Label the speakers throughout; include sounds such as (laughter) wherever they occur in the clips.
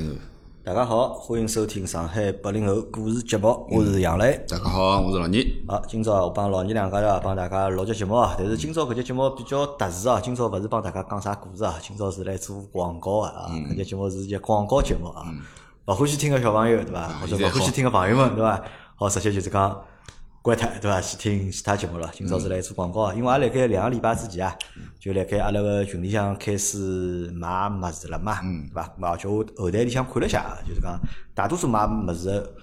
Speaker 1: 呃
Speaker 2: 大家好，欢迎收听上海八零后故事节目，我是杨磊。
Speaker 1: 大家好，我是老倪。
Speaker 2: 啊，今朝我帮老倪两家头帮大家录节节目啊，但是今朝搿节节目比较特殊啊，今朝勿是帮大家讲啥故事啊，今朝是来做广告的啊，
Speaker 1: 嗯
Speaker 2: 搿节节目是一节广告节目啊，勿欢喜听个小朋友对伐，或者勿
Speaker 1: 啊现在
Speaker 2: 欢喜
Speaker 1: 好嗯
Speaker 2: 听个朋友们对伐，好直接就是讲关脱对伐，去听其他节目了。今朝是来做广
Speaker 1: 嗯
Speaker 2: 告啊，因为阿拉辣盖两个礼拜之前啊，就辣盖阿拉个群里向开始买物事了嘛，
Speaker 1: 嗯
Speaker 2: 对伐？而且我后台里向看了一下，就是讲大多数买物事个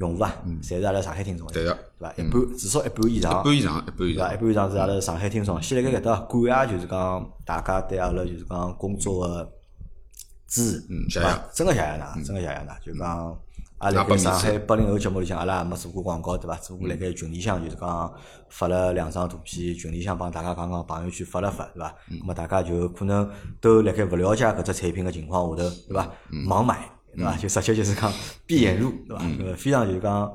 Speaker 2: 用户啊，侪是阿拉上海听众，
Speaker 1: 嗯对
Speaker 2: 伐
Speaker 1: 个？
Speaker 2: 一半至少一半以上
Speaker 1: 一。半以上，一半以
Speaker 2: 对伐？
Speaker 1: 上
Speaker 2: 一。般以上是阿拉上海听众，先辣盖搿搭感谢就是讲大家对阿拉就是讲工作个支持，
Speaker 1: 嗯
Speaker 2: 对
Speaker 1: 谢嗯
Speaker 2: 伐
Speaker 1: 谢？
Speaker 2: 真个谢谢㑚，真个谢谢㑚，就讲阿拉
Speaker 1: 那
Speaker 2: 辣盖
Speaker 1: 不
Speaker 2: 上
Speaker 1: 明
Speaker 2: 海八零后节目里向，阿拉也没做过广告，对伐？只不过辣盖群里向就是讲发了两张图片，群里向帮大家讲讲，朋友圈发了发，对伐？那么大家就可能都辣盖勿了解搿只产品个情况下头，对伐？盲买，对伐？就直接就是讲闭眼入，对伐？呃，非常就是讲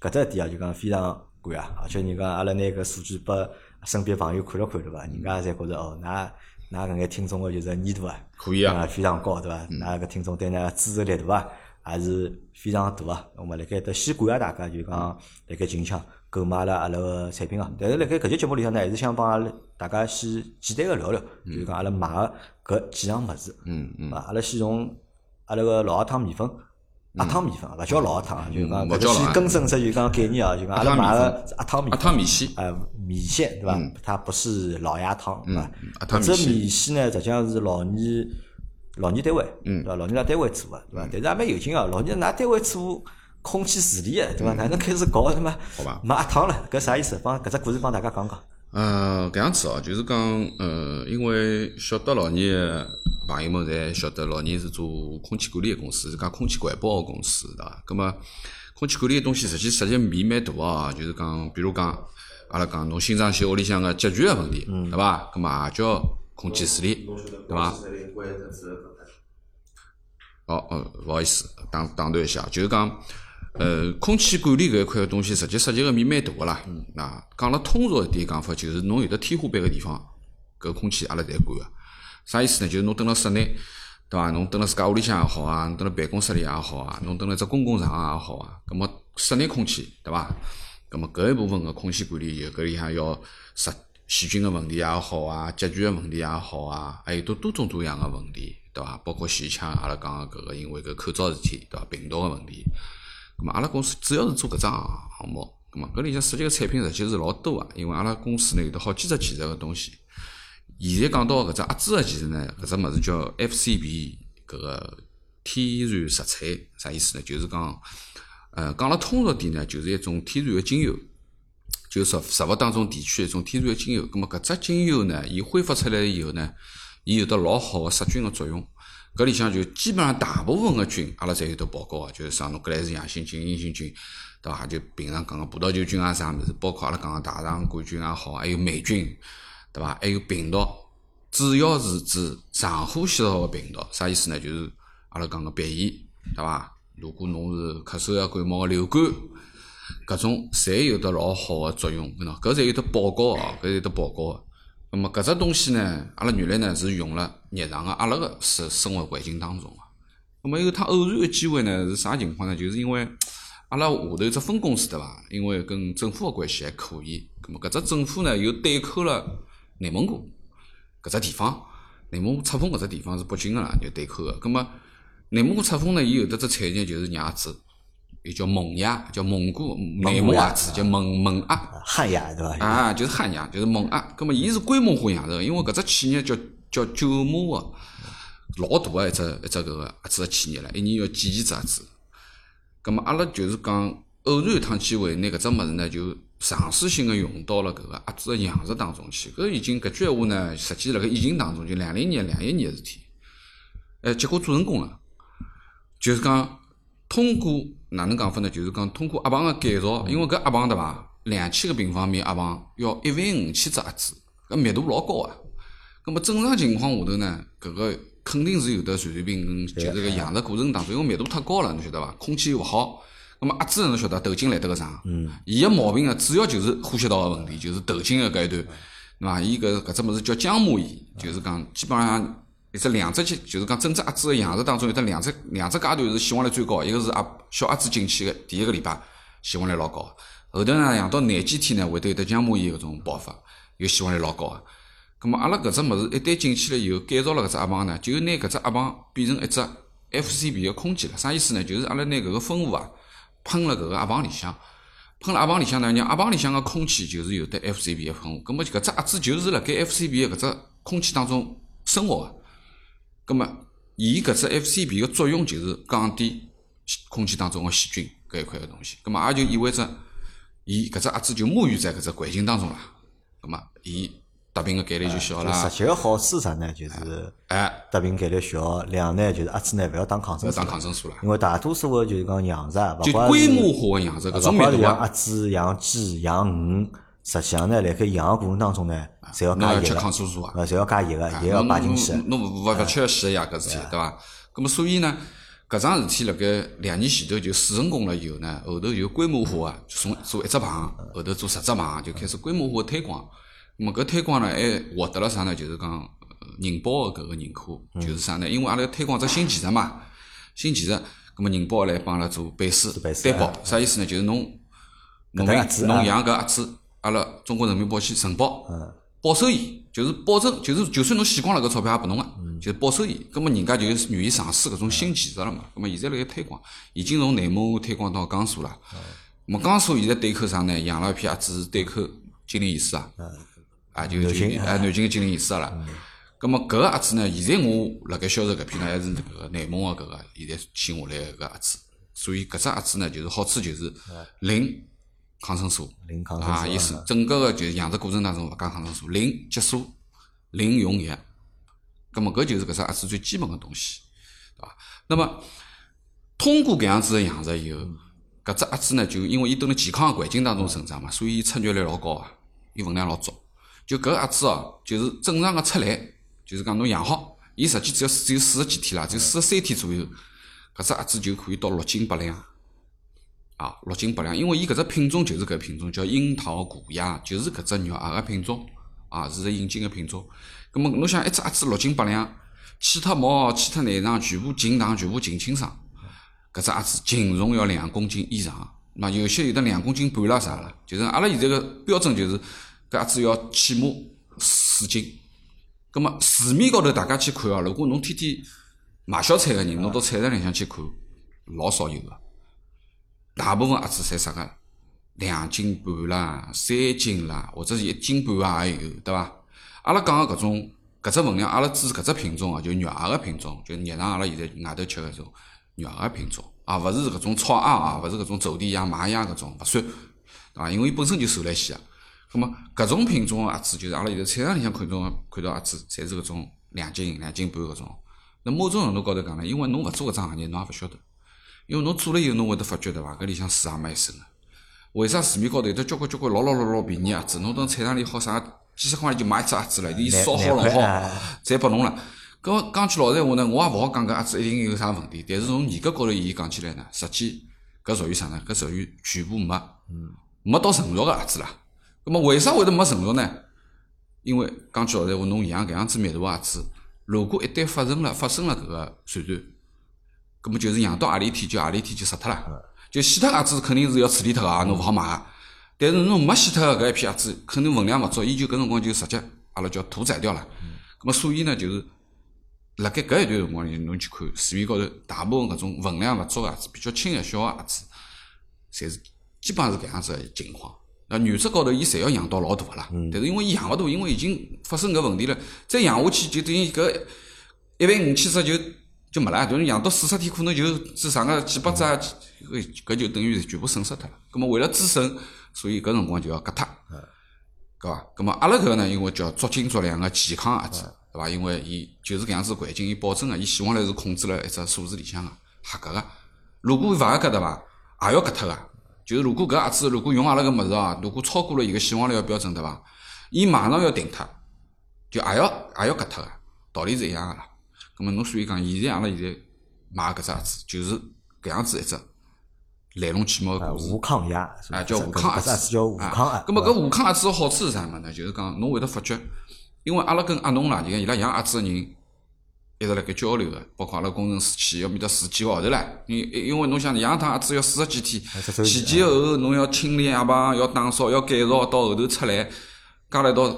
Speaker 2: 搿只点啊，就讲非常贵啊，而且人家阿拉拿搿数据拨身边朋友看了看，对伐？人家侪觉着哦，㑚㑚搿眼听众个就是热度啊，
Speaker 1: 可以啊嗯
Speaker 2: 啊非常高，对伐？㑚搿听众对㑚个支持力度啊，还是非常大啊。那么辣盖搿搭先感啊谢大家，就
Speaker 1: 嗯
Speaker 2: 讲辣盖近腔购买了阿拉个产品啊。但是辣盖搿节节目里向呢，还是想帮阿拉大家先简单个聊聊，就是讲阿拉买个搿几样物事，
Speaker 1: 嗯嗯，
Speaker 2: 啊，阿拉先从阿拉个老鸭汤米粉。鸭汤米粉啊，勿叫老鸭汤啊，就是讲
Speaker 1: 嗯
Speaker 2: 搿
Speaker 1: 勿
Speaker 2: 搭
Speaker 1: 叫老
Speaker 2: 先
Speaker 1: 鸭
Speaker 2: 更正一下，就是讲概念啊，就讲阿拉
Speaker 1: 鸭汤米粉阿啊
Speaker 2: 买个是鸭汤米粉，
Speaker 1: 汤米线，
Speaker 2: 呃米线对伐？它不是老鸭汤对伐
Speaker 1: 嗯嗯？阿汤
Speaker 2: 搿
Speaker 1: 米
Speaker 2: 只
Speaker 1: 线
Speaker 2: 米线呢，实际上是老年老年单位
Speaker 1: 嗯
Speaker 2: 对伐？老年辣单位做个对伐？但是也蛮有劲啊，老年拿单位做空气治理个对伐？哪能开始搞他妈
Speaker 1: 嗯吧
Speaker 2: 买鸭汤了？搿啥意思？帮搿只故事帮大家讲讲。
Speaker 1: 呃，搿样子哦，就是讲，呃，因为晓得老倪的朋友们侪晓得，老倪是做空气管理的公司，是讲空气环保的公司，对伐？葛么，空气管理的东西实际实际面蛮大哦，就是讲，比如讲，阿拉讲侬新上线屋里向个积聚个问题，对伐？葛么也叫空气治理，对伐？哦哦，勿好意思，打打断一下，就是讲，呃，空气管理搿一块东西，实际涉及个面蛮大个啦。那讲了通俗一点讲法，就是侬有的天花板个地方，搿空气阿拉侪管啊个。啥意思呢？就是侬蹲辣室内，对伐？侬蹲辣自家屋里向也好啊，侬蹲辣办公室里也好啊，侬蹲辣只公共场合也好啊，葛么室内空气，对伐？葛么搿一部分个空气管理，搿里向要杀细菌个问题也好啊，结局个问题也好啊，还有多多种多样个问题，对伐？包括前腔阿拉讲个搿个，因为搿口罩事体，对伐？病毒个问题，咁么阿拉公司主要是做搿只项目，咁么搿里向涉及个产品实际是老多啊，因为阿拉公司呢有得好几只技术个东西。现在讲到搿只压制个技术呢，搿只物事叫 FCB 搿个天然石材，啥意思呢？就是讲，呃，讲了通俗点呢，就是一种天然个精油，就是食食物当中提取一种天然个精油。葛末搿只精油呢，伊挥发出来以后呢，伊有得老好个杀菌个作用。搿里向就基本上大部分个菌，阿拉侪有得报告个，啊就是啥侬搿来是阳性菌、阴性菌，对伐？就平常讲个葡萄球菌啊啥物事，包括阿拉讲个大肠杆菌也啊好，还有霉菌，对伐？还有病毒，主要是指上呼吸道个病毒，啥意思呢？就是阿拉讲个鼻炎，对伐？如果侬是咳嗽啊呀、感冒个流感，搿种侪有得老好个作用，喏，搿侪有得报告哦，搿有得报告个。那么搿只东西呢，阿拉原来呢是用了日常个阿拉个生生活环境当中个。那么有趟偶然个机会呢是啥情况呢？就是因为阿拉下头有只分公司对伐？因为跟政府个关系还可以，咁么搿只政府呢又对口了内蒙古搿只地方，内蒙古赤峰搿只地方是北京个啦，就对口个。咁么内蒙古赤峰呢，伊有得只产业就是椰子，又叫蒙椰，叫蒙古内蒙椰子，叫啊蒙蒙鸭。
Speaker 2: 汉雅对伐？
Speaker 1: 啊，就是汉阳，就是蒙鸭。葛么，伊是规模化养殖，因为搿只企业叫叫九马个，老大个一只一只搿个鸭子个企业了，一年要几千只鸭子。葛么，阿拉就是讲偶然一趟机会，拿搿只物事呢，就尝试性个用到了搿个鸭子个养殖当中去。搿已经搿句闲话呢，实际辣盖疫情当中，就两零年、两一年个事体，哎，结果做成功了。就是讲通过哪能讲法呢？就是讲通过鸭棚个改造，因为搿鸭棚对伐，两千个平方米鸭棚要一万五千只鸭子，搿密度老高啊。葛么正常情况下头呢，搿个肯定是有得传染病跟就是搿养殖过程当中，因为密度太高了，侬晓得伐？空气又勿好。葛么鸭子侬晓得头颈来得个啥？嗯，伊个毛病呢，主要就是呼吸道个问题，就是头颈个搿一段，对伐？伊搿搿只物事叫浆膜炎，就是讲基本上一只两只阶，就是讲整只鸭子个样式当中，有得两只两只阶段是希望来最高，一个是鸭小鸭子进去个第一个礼拜希望来老高，后头呢养到廿几天呢，会得有得姜母鸭搿种爆发，又希望来老高个。咁么阿拉搿只物事一旦进去了以后，改造了搿只鸭棚呢，就拿搿只鸭棚变成一只 FCB 个空间了。啥意思呢？就是阿拉拿搿个分户啊喷了搿个鸭棚里向，喷了鸭棚里向呢，让鸭棚里向个空气就是有得 FCB 个分户。咁么搿只鸭子就是辣盖 FCB 个搿只空气当中生活个。咁么，伊搿只 FCB 个作用就是降低空气当中个细菌搿一块个东西。咁么也就意味着，伊搿只鸭子就沐浴在搿只环境当中啦。咁么，伊得病个概率就小
Speaker 2: 就
Speaker 1: 啦
Speaker 2: 实。际个好处啥呢？就是
Speaker 1: 哎，
Speaker 2: 得病概率小，两呢就是鸭子呢勿要打抗生
Speaker 1: 搿
Speaker 2: 素
Speaker 1: 打
Speaker 2: 了，
Speaker 1: 抗生素啦，
Speaker 2: 因为大多数个就是讲养殖啊，勿
Speaker 1: 就
Speaker 2: 管
Speaker 1: 规
Speaker 2: 嗯是
Speaker 1: 模化个养殖搿种
Speaker 2: 勿
Speaker 1: 密
Speaker 2: 管是
Speaker 1: 度
Speaker 2: 养鸭
Speaker 1: 啊，
Speaker 2: 子、养鸡、养鱼，实际上呢，辣盖养个过程当中呢，侪要
Speaker 1: 侬要
Speaker 2: 加盐
Speaker 1: 啊吃抗
Speaker 2: 个，
Speaker 1: 生素啊。嗯
Speaker 2: 呃，侪要加盐个，盐要
Speaker 1: 侬
Speaker 2: 摆进
Speaker 1: 侬
Speaker 2: 去。
Speaker 1: 侬勿勿勿吃死呀搿事体，对伐？咁么所以呢，搿桩事体辣盖两年前头就试成功了以后呢，后头就规模化啊，就从做一只棚，后头做十只棚，就开始规模化推广。咁么搿推广呢，还获得了啥呢？就是讲呃人保个搿个认可，就是啥呢？因为阿拉推广只新技术嘛，新技术，咁么人保来帮阿拉做背书
Speaker 2: 做背、书
Speaker 1: 担保，啥意思呢？就是侬侬
Speaker 2: 搿
Speaker 1: 养
Speaker 2: 搭鸭子啊嗯
Speaker 1: 侬养搿鸭子，阿拉中国人民保险承保，保收益就是保证，就是就算侬死光了，搿钞票也拨侬个，
Speaker 2: 嗯
Speaker 1: 就是保收益。葛末人家就是愿意尝试搿种新技术了嘛。葛末现在辣盖推广，已经从内蒙古推广到江苏了。
Speaker 2: 嗯
Speaker 1: 葛末江苏现在对口啥呢？养了一批鸭子，对口金陵医师啊，
Speaker 2: 嗯
Speaker 1: 啊就就
Speaker 2: 南京
Speaker 1: 啊南京个金陵医师
Speaker 2: 嗯
Speaker 1: 了。葛末搿个鸭子呢，现在我辣盖销售搿批呢，还是搿个内蒙个搿个现在新下来个搿鸭子。所以搿只鸭子呢，就是好处就是
Speaker 2: 嗯
Speaker 1: 零抗生素，
Speaker 2: 零抗
Speaker 1: 啊，
Speaker 2: 生
Speaker 1: 意
Speaker 2: 素
Speaker 1: 思整个个就是养殖过程当中勿加抗生素，零激素，零用药，葛么搿就是搿只鸭子最基本个东西，对伐？那么通过搿样子个养殖以后，搿只鸭子呢，就因为伊蹲辣健康个环境当中成长嘛，所以伊出肉率老高啊，伊分量老足。就搿鸭子哦，就是正常个出来，就是讲侬养好，伊实际只要只有四十几天啦，只有四十三天左右，搿只鸭子就可以到六斤八两。啊，六斤八两，因为伊搿只品种就是搿品种，叫樱桃古鸭，就是搿只肉鸭个品种啊，是只引进个品种。葛末侬想一只鸭子六斤八两，去脱毛、去脱内脏，全部净糖，全部净清爽，搿只鸭子净重要两公斤以上。那有些有的两公斤半啦啥啦，就是阿拉现在个标准就是搿鸭子要起码四斤。葛末市面高头大家去看啊，如果侬天天买小菜个人，侬到菜场里向去看，老少有个。大部分鸭子侪啥个两斤半啦、三斤啦，或者是一斤半也有，对伐？阿拉讲个搿种搿只分量，阿拉指搿只品种啊，就肉鸭个品种，就日常阿拉现在外头吃搿种肉鸭个品种啊，勿是搿种炒鸭啊，勿是搿种走地鸭、买鸭搿种勿算，对伐？因为伊本身就瘦来些啊。葛末搿种品种个鸭子，就是阿拉现在菜场里向看中看到鸭子，侪是搿种两斤、两斤半搿种。那某种程度高头讲呢，因为侬勿做搿桩行业，侬也勿晓得。因为侬做了以后，侬会得发觉对伐？搿里向水也蛮深个。为啥市面高头有得交关交关老老老老便宜鸭子？侬到菜场里好啥几十块钿就买一只鸭子了，伊
Speaker 2: 难
Speaker 1: 烧好
Speaker 2: 难
Speaker 1: 弄
Speaker 2: 怪
Speaker 1: 好
Speaker 2: 啊，
Speaker 1: 侪拨侬了。搿么讲句老实闲话呢，我也勿好讲搿鸭子一定有啥问题。但是从严格高头伊讲起来呢，实际搿属于啥呢？搿属于全部没没到成熟个鸭子啦。搿么为啥会得没成熟呢？因为讲句老实闲话，侬养搿样子密度个鸭子，如果一旦发生了发生了搿个传染，搿么就是养到何里天就何里天就杀脱了。就死脱鸭子肯定是要处理脱个啊，侬勿好买个。但是侬没死脱个搿一批鸭子，肯定分量勿足，伊就搿辰光就直接阿拉叫屠宰掉了。搿么所以呢，就是辣盖搿一段辰光里，侬去看市面高头大部分搿种分量勿足个鸭子，比较轻个小个鸭子，侪是基本上是搿样子个情况。那原则高头，伊侪要养到老大个啦，但是因为伊养勿大，因为已经发生搿问题了，再养下去就等于搿一万五千只就就没了，就是养到四十天可能就只剩个几百只，搿搿就等于全部损失脱了。葛末为了止损，所以搿辰光就要割脱，对伐？葛末阿拉搿个呢，因为叫足斤足两个健康鸭子，对伐？因为伊就是搿样子环境，伊保证个，伊希望来是控制辣一只数字里向个合格个。如果伊勿合格对伐，也要割脱个。就是如果搿鸭子如果用阿拉搿物事啊，如果超过了伊个希望来个标准对伐，伊马上要停脱。就也要也要割脱个，道理是一样个啦。咁么侬所以讲，现在阿拉现在买搿只鸭子，就是搿样子一只来龙去脉个
Speaker 2: 啊
Speaker 1: 故事。
Speaker 2: 无抗压，
Speaker 1: 啊，叫武康
Speaker 2: 鸭
Speaker 1: 鸭
Speaker 2: 子，搿只
Speaker 1: 子，
Speaker 2: 叫武康鸭
Speaker 1: 啊。。咁么搿武康鸭子个好处是啥物事呢？就是讲侬会得发觉，因为阿拉跟阿农啦，就讲伊拉养鸭子个人，一直辣盖交流个，包括阿拉工程师去，要面搭住几个号头唻。因因为侬想，洋趟子要四十几天
Speaker 2: 这周，
Speaker 1: 前前后后侬要清理夜棚，要打扫，要改造，到后头出来，加了一道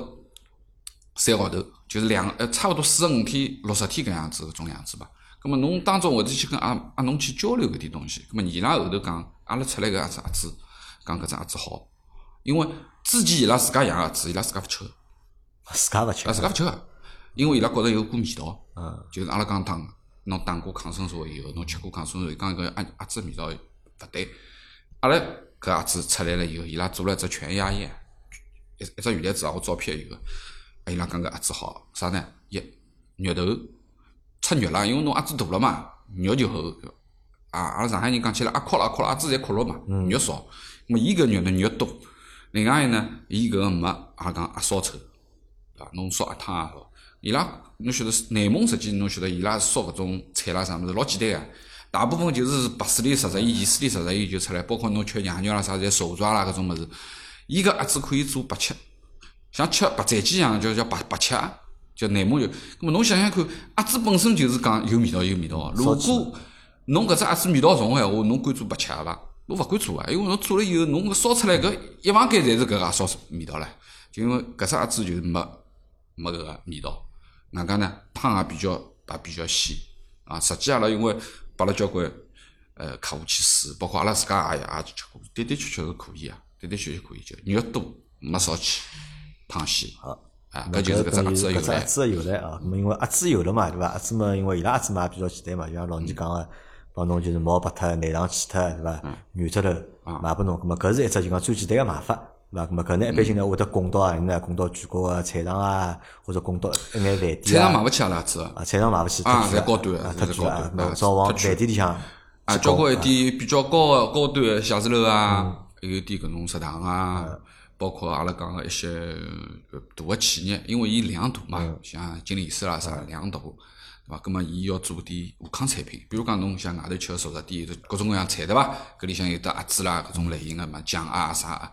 Speaker 1: 三个号头，就是两呃差勿多四十五天、六十天搿样子搿种样子吧。葛末侬当中会得去跟阿啊阿侬去交流搿点东西，葛末伊拉后头讲，阿拉出来搿鸭子鸭子，讲搿只鸭子好，因为之前伊拉自家养鸭子，伊拉自家勿吃个。
Speaker 2: 自家勿吃
Speaker 1: 啊，，自家勿吃个，因为伊拉觉着有股味道，就是阿拉讲打，侬打过抗生素以后，侬吃过抗生素，讲搿鸭鸭子味道勿对，阿拉搿鸭子出来了以后，伊拉做了一只全鸭宴，一一只鱼台子啊，我照片有个，啊伊拉讲搿鸭子好，啥呢？一肉头出肉了，因为侬鸭子大了嘛，肉就厚。啊，阿拉上海人讲起来，鸭壳了，鸭壳了，鸭子侪壳肉嘛，肉少。咾么伊搿肉呢，肉多。另外呢，伊搿个没阿拉讲鸭烧臭，对伐？啊侬烧鸭汤也好，伊拉侬晓得是内蒙实际侬晓得伊拉烧搿种菜啦啥物事老简单个，大部分就是白水里杀杀伊，盐水里杀杀伊就出来，包括侬吃羊肉啦啥侪手抓啦搿种物事，伊搿鸭子可以做白切，像吃白斩鸡一样，叫叫白白切鸭，叫内蒙就。咾么侬想想看，鸭子本身就是讲有味道有味道个，如
Speaker 2: 烧鸡
Speaker 1: 果侬搿只鸭子味道重个闲话，侬敢做白切鸭伐？侬勿敢做啊，因为侬做了以后，侬搿烧出来搿一房间侪是搿个烧味道唻，就因为搿只鸭子就是没没搿个味道。外加呢，汤也比较也比较鲜啊。实际阿拉因为摆了交关呃客户去试，包括阿拉自家哎也也也去吃过，的的确确是可以啊，的的确确可以，就肉多没少去，汤鲜啊，搿就是搿只鸭子的
Speaker 2: 搿
Speaker 1: 由
Speaker 2: 只鸭
Speaker 1: 来。
Speaker 2: 子的由来啊。咁因为鸭子有了嘛，对伐？鸭子嘛，因为伊拉鸭子嘛也比较简单嘛，就像老倪讲个，
Speaker 1: 嗯
Speaker 2: 帮侬就是毛拨脱、内脏去脱，对伐？软脱头
Speaker 1: 嗯
Speaker 2: 卖拨侬，咁么搿是一只就讲最简单个卖法，对伐？咁么搿呢一般性
Speaker 1: 嗯
Speaker 2: 呢会得拱到啊，呢拱到全国个菜场啊，或者拱到一眼饭
Speaker 1: 菜
Speaker 2: 店
Speaker 1: 场买
Speaker 2: 啊，
Speaker 1: 勿起阿拉鸭子的，
Speaker 2: 啊菜场卖勿起，
Speaker 1: 啊
Speaker 2: 太贵
Speaker 1: 侪高
Speaker 2: 了
Speaker 1: 端的
Speaker 2: 啊
Speaker 1: 侪
Speaker 2: 太贵
Speaker 1: 高
Speaker 2: 了啊
Speaker 1: 端，
Speaker 2: 那
Speaker 1: 啊
Speaker 2: 早往
Speaker 1: 太
Speaker 2: 饭
Speaker 1: 贵
Speaker 2: 店里向
Speaker 1: 啊，交关一点比较高的高端的写字楼啊，还有点搿种食堂啊，包括阿拉讲个一些呃大个企业，因为伊量大嘛，像吉尼斯啦啥量大，对伐？葛末伊要做点健康产品，比如讲侬像外头吃个熟食店，有得各种各样菜，对伐？搿里向有得鸭子啦，搿种类型个嘛，酱鸭啊啥啊。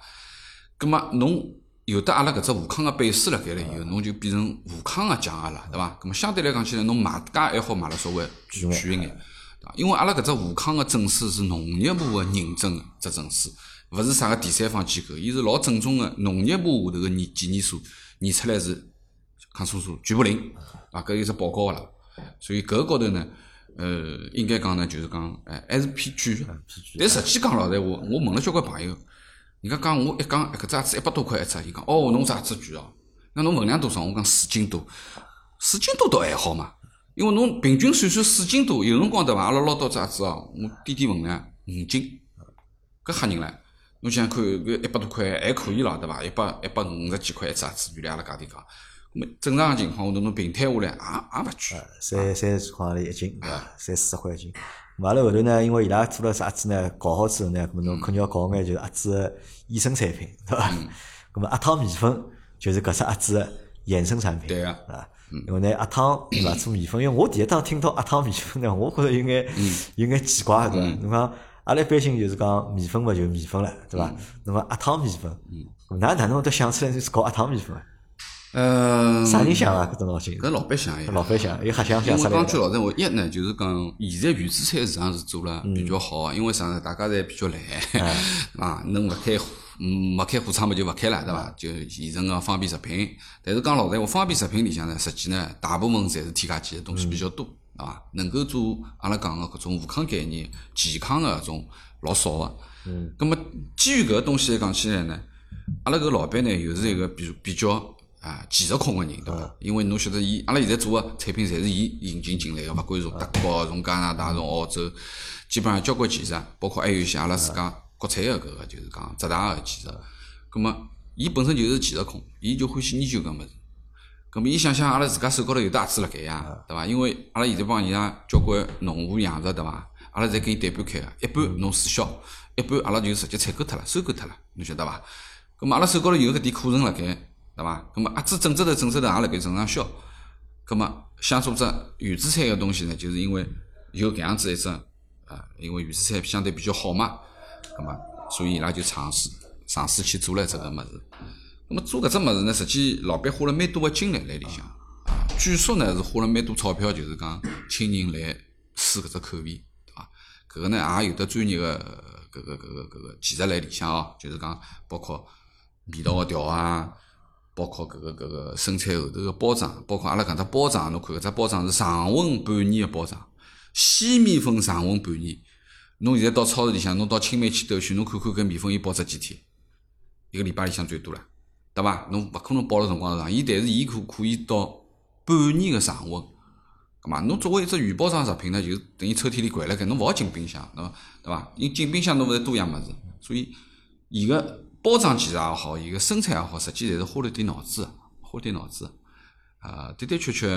Speaker 1: 葛末侬有得阿拉搿只武康个 base 辣盖了以后，侬就变成武康个酱鸭了，对伐？葛末相对来讲起来，侬卖价还好卖了稍微贵一眼，对伐？因为阿拉搿只武康个证书是农业部个认证个只证书，勿是啥个第三方机构，伊是老正宗个农业部下头个研检验所验出来是抗生素全部零，啊，搿有只报告个啦。所以搿高头呢，呃，应该讲呢，就是讲，哎，还是偏贵。但实际讲老实闲话，我问了交关朋友，人家讲我一讲搿只鸭子一百多块一只，伊讲哦，侬只鸭子贵哦，那侬分量多少？我讲四斤多，四斤多倒还好嘛，因为侬平均算算四斤多，有辰光对伐？阿拉捞到只鸭子哦，我低低分量五斤，搿吓人唻。侬想想看，搿一百多块还可以了，对伐？一百一百五十几块一只鸭子，原来阿拉价钿讲，咾么正常个情况下头，侬平摊下来也也勿贵。
Speaker 2: 三三十块钿一斤，对伐？三四十块一斤。完了后头呢，因为伊拉做了啥鸭子呢？搞好之后呢，咁么侬肯定要搞眼就是鸭子的衍生产品，对伐？
Speaker 1: 嗯
Speaker 2: 咁么鸭汤米粉就是搿只鸭子的衍生产品，
Speaker 1: 对
Speaker 2: 伐
Speaker 1: 啊？
Speaker 2: 因为呢，鸭汤对伐？做米粉，因为我第一趟听到鸭汤米粉呢，我觉着有眼
Speaker 1: 嗯
Speaker 2: 有眼奇怪，对伐？侬讲阿拉一般性就是讲米粉嘛，就米粉了，对
Speaker 1: 嗯
Speaker 2: 伐？那么鸭汤米粉，嗯，哪哪能会得想出来就是搞鸭汤米粉啊？
Speaker 1: 嗯，
Speaker 2: 啥人想啊？搿种脑筋，
Speaker 1: 搿老百姓也
Speaker 2: 老板想，伊瞎想
Speaker 1: 因
Speaker 2: 想
Speaker 1: 为讲
Speaker 2: 出来的
Speaker 1: 句。老实话，一呢就是讲，现在原始菜市场是做了比较好，啊因为啥呢？大家侪比较懒，
Speaker 2: 哎
Speaker 1: (laughs) 啊，侬勿开火，嗯，没开火窗嘛就勿开了，对伐？就现成个方便食品。但是讲老实闲话，方便食品里向呢，实际呢，大部分侪是添加剂的东西比较多，
Speaker 2: 嗯
Speaker 1: 对伐？能够做阿拉讲个搿种健康概念、健康个搿种老少个。嗯。咁么，基于搿个东西来讲起来呢，阿拉搿老板呢，又是一个比比较啊技术控个人，对伐？因为侬晓得伊，阿拉现在做个产品侪是伊引进进来个，勿管是从德国、从加拿大、从澳洲，基本上交关技术，啊包括还有一些阿拉自家国产个搿个，就是讲浙大个技术。啊葛末伊本身就是技术控，伊就欢喜研究搿物事。咁么，伊想想阿拉自家手高头有得鸭子辣盖呀，对伐？因为阿拉现在帮伊拉交关农户养殖，对伐？阿拉侪跟伊对半开个，一半侬自销，一半阿拉就直接采购脱了，收购脱了，侬晓得伐？咁么阿拉手高头有搿点库存辣盖，对伐？咁么鸭子整只头整只头也辣盖正常销，咁么想做只原始菜个东西呢，就是因为有搿样子一只啊，因为原始菜相对比较好嘛，咁么所以伊拉就尝试尝试去做了这个物事。那么做搿只物事呢，实际老板花了蛮多个精力辣里向啊，据说呢是花了蛮多钞票，就是讲请人来试搿只口味，对伐？搿个呢也有得专业个搿个搿个搿个技术辣里向哦，就是讲包括味道个调啊，包括搿个搿个生产后头个包装，包括阿拉搿只包装，侬看搿只包装是常温半年个包装，鲜面粉常温半年。侬现在到超市里向，侬到青梅去头去，侬看看搿面粉伊包只几天，一个礼拜里向最多了，对伐？侬勿可能包了辰光长，伊但是伊可可以到半年个常温。咁嘛，侬作为一只预包装食品呢，就是等于抽屉里掼辣盖，侬勿好进冰箱，对伐？对伐？因进冰箱侬勿是多样物事，所以伊个包装技术也好，伊个生产也好，实际侪是花了点脑子的，花了点脑子的。啊，的的确确，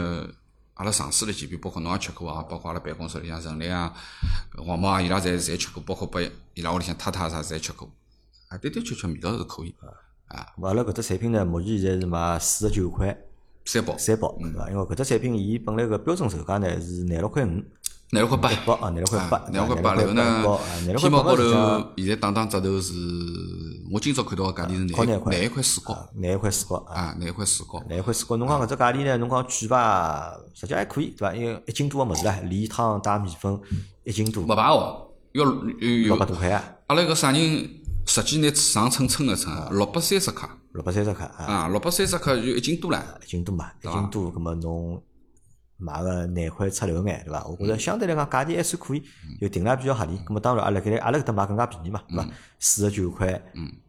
Speaker 1: 阿拉尝试了几遍，包括侬也吃过啊，包括阿拉办公室里向陈磊啊、黄毛啊，伊拉侪侪吃过，包括拨伊拉屋里向太太啥侪吃过，啊，的的确确味道是可以，啊，
Speaker 2: 咾阿拉搿只产品呢，目前现在是卖四十九块
Speaker 1: 三包，
Speaker 2: 三包，对伐？因为搿只产品伊本来个标准售价呢是廿六块五。
Speaker 1: 廿六块八，
Speaker 2: 八啊，廿六块八，
Speaker 1: 廿六
Speaker 2: 块
Speaker 1: 块八，然后呢
Speaker 2: 高，啊，廿，六块
Speaker 1: 天猫
Speaker 2: 八
Speaker 1: 高
Speaker 2: 实际上
Speaker 1: 头现在打打折头是，我今朝看到个价钿是
Speaker 2: 高
Speaker 1: 廿
Speaker 2: 廿
Speaker 1: 一
Speaker 2: 块
Speaker 1: 廿一块四高，
Speaker 2: 啊廿一块四角啊，
Speaker 1: 啊，廿一块四高，
Speaker 2: 廿一块四角。侬讲搿只价钿呢，侬讲贵伐？实际还可以，对伐？因为一斤多个物事啦，梨汤带米粉一斤多
Speaker 1: 勿，排哦，要
Speaker 2: 六
Speaker 1: 有
Speaker 2: 百
Speaker 1: 有，
Speaker 2: 多块啊，
Speaker 1: 阿拉搿啥人，实际拿上称称了称啊，六百三十克，
Speaker 2: 六百三十克啊，
Speaker 1: 啊，六百三十克就一斤多了。
Speaker 2: 一斤多嘛，一
Speaker 1: 伐
Speaker 2: 斤多，葛末侬买个廿块出头眼，对伐？我
Speaker 1: 嗯
Speaker 2: 觉着相对来讲价钿还算可以，就定了比较合理。葛末当然阿拉搿阿拉搿搭买更加便宜嘛，
Speaker 1: 嗯
Speaker 2: 对伐？四十九块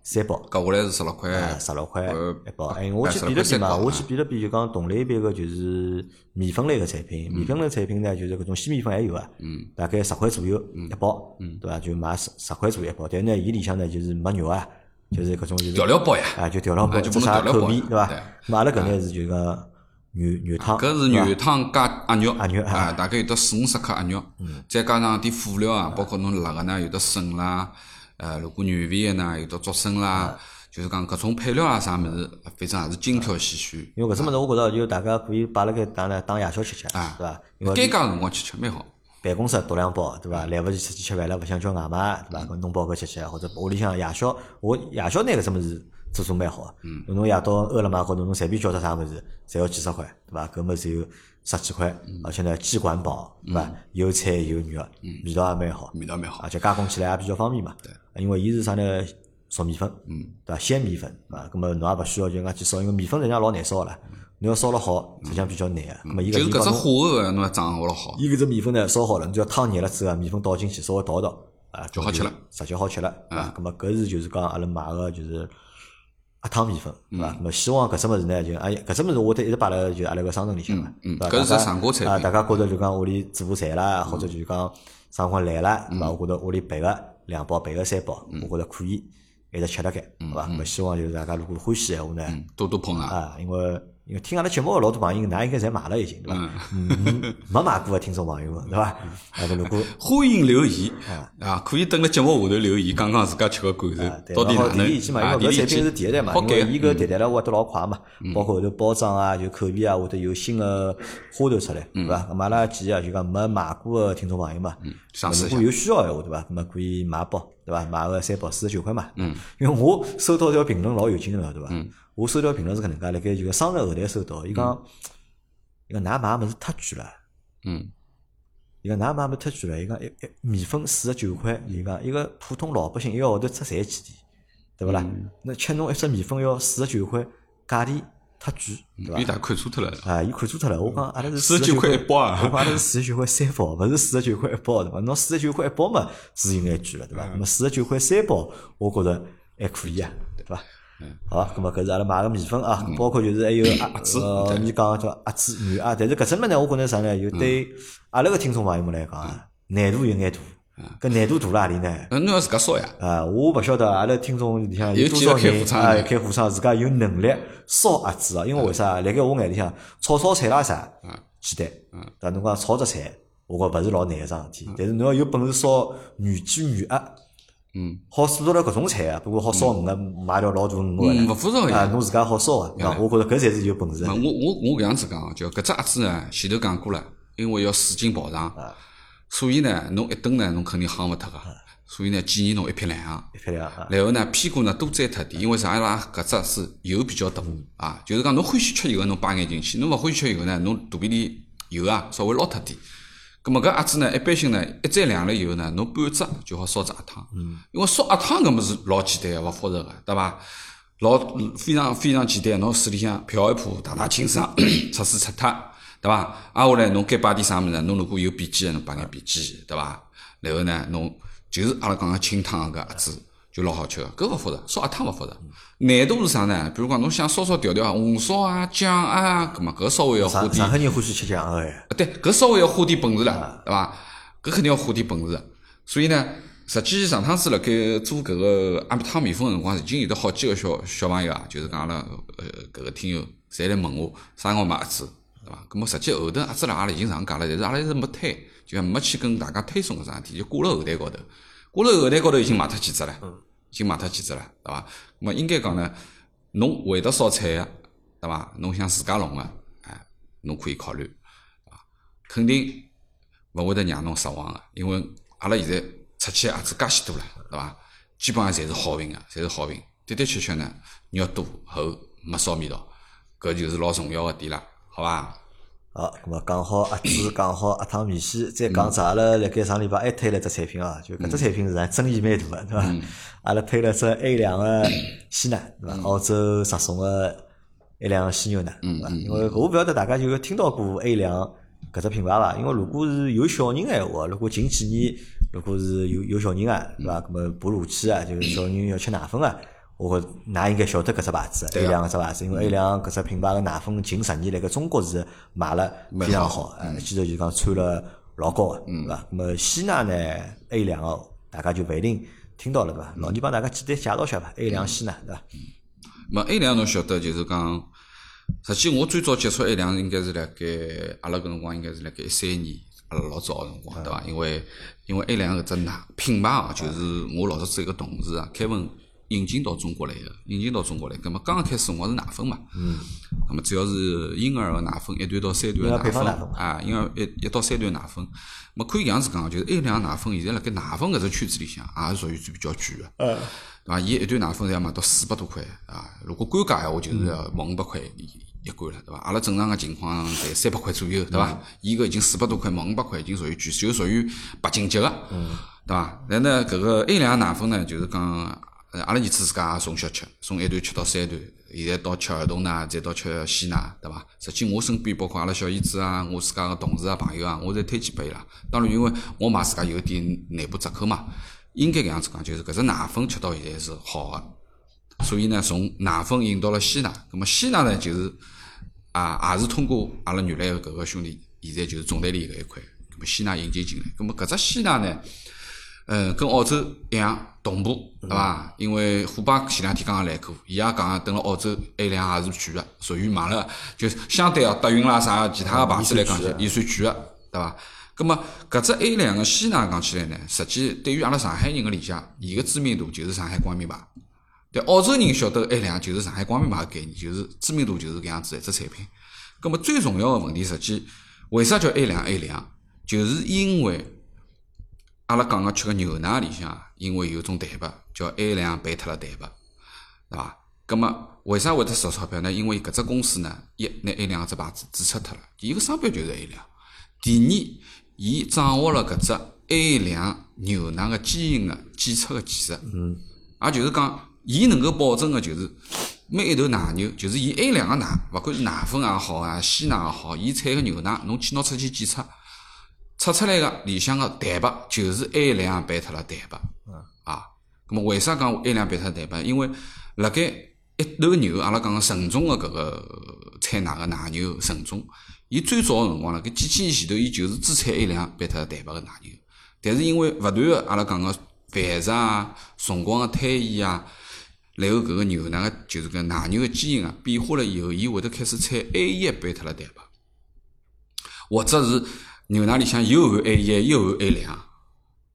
Speaker 2: 三包。
Speaker 1: 搞下来是十六块，
Speaker 2: 啊，十六块
Speaker 1: 嗯呃
Speaker 2: 一包。
Speaker 1: 八
Speaker 2: 哎，我去
Speaker 1: 十
Speaker 2: 比
Speaker 1: 六块
Speaker 2: 了比
Speaker 1: 三
Speaker 2: 嘛，
Speaker 1: 包
Speaker 2: 我
Speaker 1: 啊
Speaker 2: 去比了比，就讲同类别个就是米粉类个产品，
Speaker 1: 嗯
Speaker 2: 米粉类产品呢，就是搿种鲜米粉还有啊，大概十块左右
Speaker 1: 嗯
Speaker 2: 一包，对伐？就买十十块左右一包，但呢，伊里向呢就是没肉啊，就是搿种就是
Speaker 1: 调料包呀，
Speaker 2: 啊，就调料包，
Speaker 1: 啊就
Speaker 2: 做
Speaker 1: 不能
Speaker 2: 啥
Speaker 1: 调料
Speaker 2: 口
Speaker 1: 包
Speaker 2: 味
Speaker 1: 呀
Speaker 2: 对伐
Speaker 1: 对？嗯
Speaker 2: 那阿拉搿呢是就讲牛牛汤，
Speaker 1: 搿是
Speaker 2: 对伐
Speaker 1: 牛汤加鸭肉，
Speaker 2: 鸭肉啊嗯
Speaker 1: 啊，大概有得四五十克鸭肉，再加上点辅料啊，包括侬辣个呢，有得笋啦，呃，如果软味个呢，有得竹笋
Speaker 2: 啊
Speaker 1: 啦，就是讲搿种配料啊啥物事，反正也是精挑细选，
Speaker 2: 因为搿只物事我觉着就大家可以摆辣盖当呢当夜宵吃吃，对
Speaker 1: 啊
Speaker 2: 伐？因为
Speaker 1: 该加辰光去吃蛮好，
Speaker 2: 办公室独两包，对伐？来勿及出去吃饭了，勿想叫外卖，对伐？搿弄包搿吃吃，或者屋里向夜宵，我夜宵拿搿只物事做做蛮好个。嗯，侬夜到饿了么或者侬随便叫只啥物事，侪要几十块，对伐？搿物事有十几块，
Speaker 1: 嗯
Speaker 2: 而且呢鸡管饱，对伐？有菜有肉，味道也蛮好，
Speaker 1: 味道蛮好
Speaker 2: 而。且啊加工起来也比较方便嘛。对，因为伊是啥呢？熟米粉，嗯，对伐？鲜米粉啊，搿么侬也勿需要就讲去烧，因为米粉实际上老难烧个啦。侬要烧了好，实际上比较难个。搿么伊搿
Speaker 1: 嗯就是
Speaker 2: 地方
Speaker 1: 搿只呃化
Speaker 2: 侬
Speaker 1: 合个侬要掌握了好，
Speaker 2: 伊搿只米粉呢烧好了，侬只要汤热了之后，米粉倒进去稍微倒一倒啊，
Speaker 1: 就好吃了，嗯
Speaker 2: 直接好吃了。对伐？咁么搿是就是讲阿拉买个就是鸭汤米粉，
Speaker 1: 嗯
Speaker 2: 对伐？咁么希望搿只物事呢，就哎呀，搿只物事我得一直摆辣就阿拉个商城里向嘛，
Speaker 1: 嗯嗯
Speaker 2: 对伐
Speaker 1: 搿是
Speaker 2: 大家
Speaker 1: 上果产品嗯
Speaker 2: 啊，大家觉着就讲屋里煮不馋啦，或者就是讲啥辰光来啦，对伐？我觉着屋里备个两包，备个三包，
Speaker 1: 嗯
Speaker 2: 我觉着可以一直吃辣盖，对伐？咁么希望就是大家如果欢喜闲话呢，
Speaker 1: 嗯多多捧场。
Speaker 2: 啊，因为因为听阿拉节目的老多朋友，㑚应该侪买了已经，对伐？嗯，没买过的听众朋友们，对伐？啊，
Speaker 1: (laughs)
Speaker 2: 搿如果
Speaker 1: 欢迎留言啊，可以等辣节目下头留言，讲讲自家吃个感
Speaker 2: 啊，
Speaker 1: 受，
Speaker 2: 对，
Speaker 1: 到底
Speaker 2: 然后
Speaker 1: 哪
Speaker 2: 提
Speaker 1: 能
Speaker 2: 提意见嘛，
Speaker 1: 啊
Speaker 2: 因为搿
Speaker 1: 提
Speaker 2: 产
Speaker 1: 提
Speaker 2: 品是
Speaker 1: 意见
Speaker 2: 迭代嘛，
Speaker 1: 好
Speaker 2: 因
Speaker 1: 改嗯
Speaker 2: 为
Speaker 1: 个
Speaker 2: 伊搿迭代了挖得老快嘛，包括后头包装啊，就口味啊，会得有新个花头出来，
Speaker 1: 嗯
Speaker 2: 对伐？咁阿拉建议啊，就讲没买过个听众朋友嘛，
Speaker 1: 尝试一下
Speaker 2: 如果。有需要闲话，对伐？咁么可以买包，对伐？买个三包四十九块嘛。嗯。因为我收到条评论老有劲个，对伐？
Speaker 1: 嗯
Speaker 2: 我收到评论是搿能介，辣盖就个商城后台收到，伊讲，伊讲㑚买物事太贵了。
Speaker 1: 嗯，
Speaker 2: 伊讲㑚买么太贵了，伊讲一一米粉四十九块，伊讲一个普通老百姓一个号头只赚几钿，对勿啦？
Speaker 1: 嗯
Speaker 2: 那吃侬一只米粉要四十九块，价钿太贵，对
Speaker 1: 伊
Speaker 2: 伐？
Speaker 1: 嗯大看错脱了。
Speaker 2: 啊，伊看错脱了，我讲阿拉是
Speaker 1: 49块一包啊
Speaker 2: 我讲阿拉是四十九块三包，勿是四十九块一包对伐？侬四十九块一包嘛是有眼贵了对
Speaker 1: 嗯
Speaker 2: 伐？那么四十九块三包，我觉着还可以啊，对伐？
Speaker 1: 嗯
Speaker 2: 好吧，咁么搿是阿拉买个米粉啊，包括就是还有鸭
Speaker 1: 子
Speaker 2: 呃，
Speaker 1: 嗯对嗯
Speaker 2: 你讲叫鸭子、牛鸭，但是搿只物事呢，我觉着啥呢？有对阿拉个听众朋友们来讲啊，难度有眼大。搿难度大辣何里呢？
Speaker 1: 嗯，侬要自家烧呀？
Speaker 2: 啊，我勿晓得阿拉听众里向
Speaker 1: 有
Speaker 2: 多
Speaker 1: 几
Speaker 2: 少
Speaker 1: 个开
Speaker 2: 人
Speaker 1: 火厂
Speaker 2: 啊
Speaker 1: 的
Speaker 2: 开火厂，自家有能力烧鸭子啊？因为为啥？辣盖我眼里向炒炒菜啦啥
Speaker 1: 嗯，
Speaker 2: 简单。但侬讲炒只菜，我觉勿是老难个桩事体。但是侬要有本事烧原鸡原鸭，
Speaker 1: 嗯，
Speaker 2: 好做得了搿种菜啊，不过好烧鱼啊，买条老大鱼回
Speaker 1: 嗯，
Speaker 2: 来
Speaker 1: 勿复杂个
Speaker 2: 啊，
Speaker 1: 呀。
Speaker 2: 侬自家好烧啊。
Speaker 1: 要
Speaker 2: 啊，我觉着搿才是有本事
Speaker 1: 那
Speaker 2: 的。
Speaker 1: 我我我搿样子讲啊，就搿只鸭子呢，前头讲啊
Speaker 2: 啊
Speaker 1: 过了，因为要水晶泡上，所以呢，侬一炖呢，侬肯定夯勿脱个。啊所以呢，建议侬一劈两行。
Speaker 2: 一撇两啊，
Speaker 1: 然后呢，屁股呢多沾脱点，因为啥伊拉搿只是油比较大啊，就是讲侬欢喜吃油，侬摆眼进去；侬勿欢喜吃油呢，侬肚皮里油啊稍微捞脱点。葛末搿鸭子呢，一般性呢，一沾两粒油呢，侬半只就好烧只鸭汤。因为烧鸭汤搿物事老简单个，勿复杂个，对伐？老非常非常简单，侬水里向漂一泡，汏汏清爽， (coughs) 擦水擦脱，对伐？挨下来侬该摆点啥物事呢？侬如果有荸荠个，侬摆眼荸荠，对伐？然后呢，侬就是阿拉讲个清汤个搿鸭子。就老好吃个，搿勿复杂，烧鸭汤勿复杂。难度是啥呢？比如讲，侬想烧烧调调啊，红烧啊、酱啊，搿么搿稍微要花
Speaker 2: 上
Speaker 1: 点
Speaker 2: 上海人欢喜吃酱鹅哎，
Speaker 1: 啊对，搿稍微要花点本事了，对伐？搿肯定要花点本事的。所以呢，实际上趟子辣盖做搿个阿米汤米粉个辰光，已经有得好几个小小朋友啊，就是讲阿拉呃搿个听友，侪来问我啥辰光买鸭子，对伐？搿么实际后头鸭子辣阿拉已经上架了，但是阿拉一直没推，就讲没去跟大家推送搿桩事体，就挂辣后台高头，挂辣后台高头已经卖脱几只了，已经卖脱几只了，对伐？咾么应该讲呢，侬会得烧菜个，对伐？侬想自家弄个，哎，侬可以考虑。肯定勿会得让侬失望个，因为阿拉现在出去的鸭子介许多了，对伐？基本上侪是好评个，侪是好评。的的确确呢，肉多厚，没烧味道，搿就是老重要个点了，好伐？
Speaker 2: 好，咁哦么讲好鸭子，讲好鸭汤米线，再讲只阿拉辣盖上礼拜还推了只产品啊，就搿只产品是啥争议蛮大个，对伐？阿拉推了只 A 两个鲜奶，对伐？澳洲直送个 A 两鲜牛奶，对伐？因为我勿晓得大家有听到过 A 两搿只品牌伐？因为如果是有小人个闲话，如果近几年如果是有有小人啊，对伐？咁么哺乳期啊，就是小人要吃奶粉啊。我觉着㑚应该晓得搿只牌子
Speaker 1: 对
Speaker 2: ，A
Speaker 1: 啊
Speaker 2: 两搿只牌子，因为 A 两搿只品牌个奶粉近十年辣盖中国是卖了非常好，
Speaker 1: 嗯
Speaker 2: 呃，记头就讲穿了老高个，啊对伐？那么鲜奶呢，A 两个大家就勿一定听到了，对伐？
Speaker 1: 嗯
Speaker 2: 老倪帮大家简单介绍一下伐，A 两鲜奶，对伐？
Speaker 1: 么 A 两侬晓得就是讲，实际我最早接触 A 两应该是辣盖阿拉搿辰光应该是辣盖一三年，阿拉老早个辰光对
Speaker 2: 嗯
Speaker 1: 伐？因为因为 A 两搿只奶品牌哦，就是我老早子一个同事啊，Kevin 引进到中国来个，引进到中国来，葛末刚刚开始辰光是奶粉嘛，嗯，葛末主要是婴儿个奶粉一段到三段
Speaker 2: 婴儿
Speaker 1: 个
Speaker 2: 配
Speaker 1: 奶
Speaker 2: 方
Speaker 1: 粉
Speaker 2: 奶粉
Speaker 1: 啊，婴儿一一到三段奶粉，么可以搿样子讲，啊就是 A 两奶粉现在辣盖奶粉搿只圈子里向也是属于比较贵个。对伐？伊一段奶粉侪要卖到四百多块啊！如果官价闲话，就是要五百块一一罐了，对伐？阿拉正常个情况侪三百块左右，对伐？伊搿已经四百多块，毛五百块已经属于贵，就属于白金级个，对伐？然后呢，搿个 A 两奶粉呢，就是讲呃阿拉儿子自家也从小吃，从一段吃到三段，现在到吃儿童奶，再到吃鲜奶，对伐？实际我身边包括阿拉小姨子啊，我自家个同事啊、朋友啊，我侪推荐拨伊拉。当然，因为我买自家有点内部折扣嘛，应该搿样子讲，就是搿只奶粉吃到现在是好个、所以呢，从奶粉引到了鲜奶，葛么鲜奶呢就是啊，也是通过阿拉原来个搿个兄弟，现在就是总代理搿一块，葛么鲜奶引进进来，葛么搿只鲜奶呢，呃，跟澳洲一样同步，对伐？因为虎爸前两天刚刚来过，伊也讲等了澳洲 A 两也是贵个，属于买了就是相对啊，德云啦啥其他个牌子来讲，伊算贵个，对伐？葛么搿只 A 两个鲜奶讲起来呢，实际对于阿拉上海人个理解，伊个知名度就是上海光明牌。对澳洲人晓得 A 两就是上海光明牌个概念，就是知名度就是搿样子一只产品。葛么最重要个问题，实际为啥叫 A 两 A 两？就是因为阿拉讲个吃个牛奶里向啊，因为有种蛋白叫 A 两贝特了蛋白，对伐？葛么为啥会得少钞票呢？因为搿只公司呢，一拿 A 两搿只牌子注册脱了，伊个商标就是 A 两。第二，伊掌握了搿只 A 两牛奶个基因个检测个技术，嗯，也就是讲，伊能够保证个就是每一头奶牛，就是伊 A 两个奶，勿管是奶粉也好啊，鲜奶也好，伊产个牛奶，侬去拿出去检测。测出来个里向个蛋白就是 A 两贝特了蛋白。啊，咁么为啥讲 A 两贝特蛋白？因为辣盖一头牛，阿拉讲个纯种个搿个产奶个奶牛纯种，伊最早个辰光辣盖几千年前头，伊就是只产 A 两贝特蛋白个奶牛。但是因为勿断个阿拉讲个繁殖啊、辰光个推移啊，然后搿个牛奶个就是搿奶牛个基因啊变化了以后，伊会得开始产 A 一贝特了蛋白。或者是牛奶里向又含 A 一又含 A 两，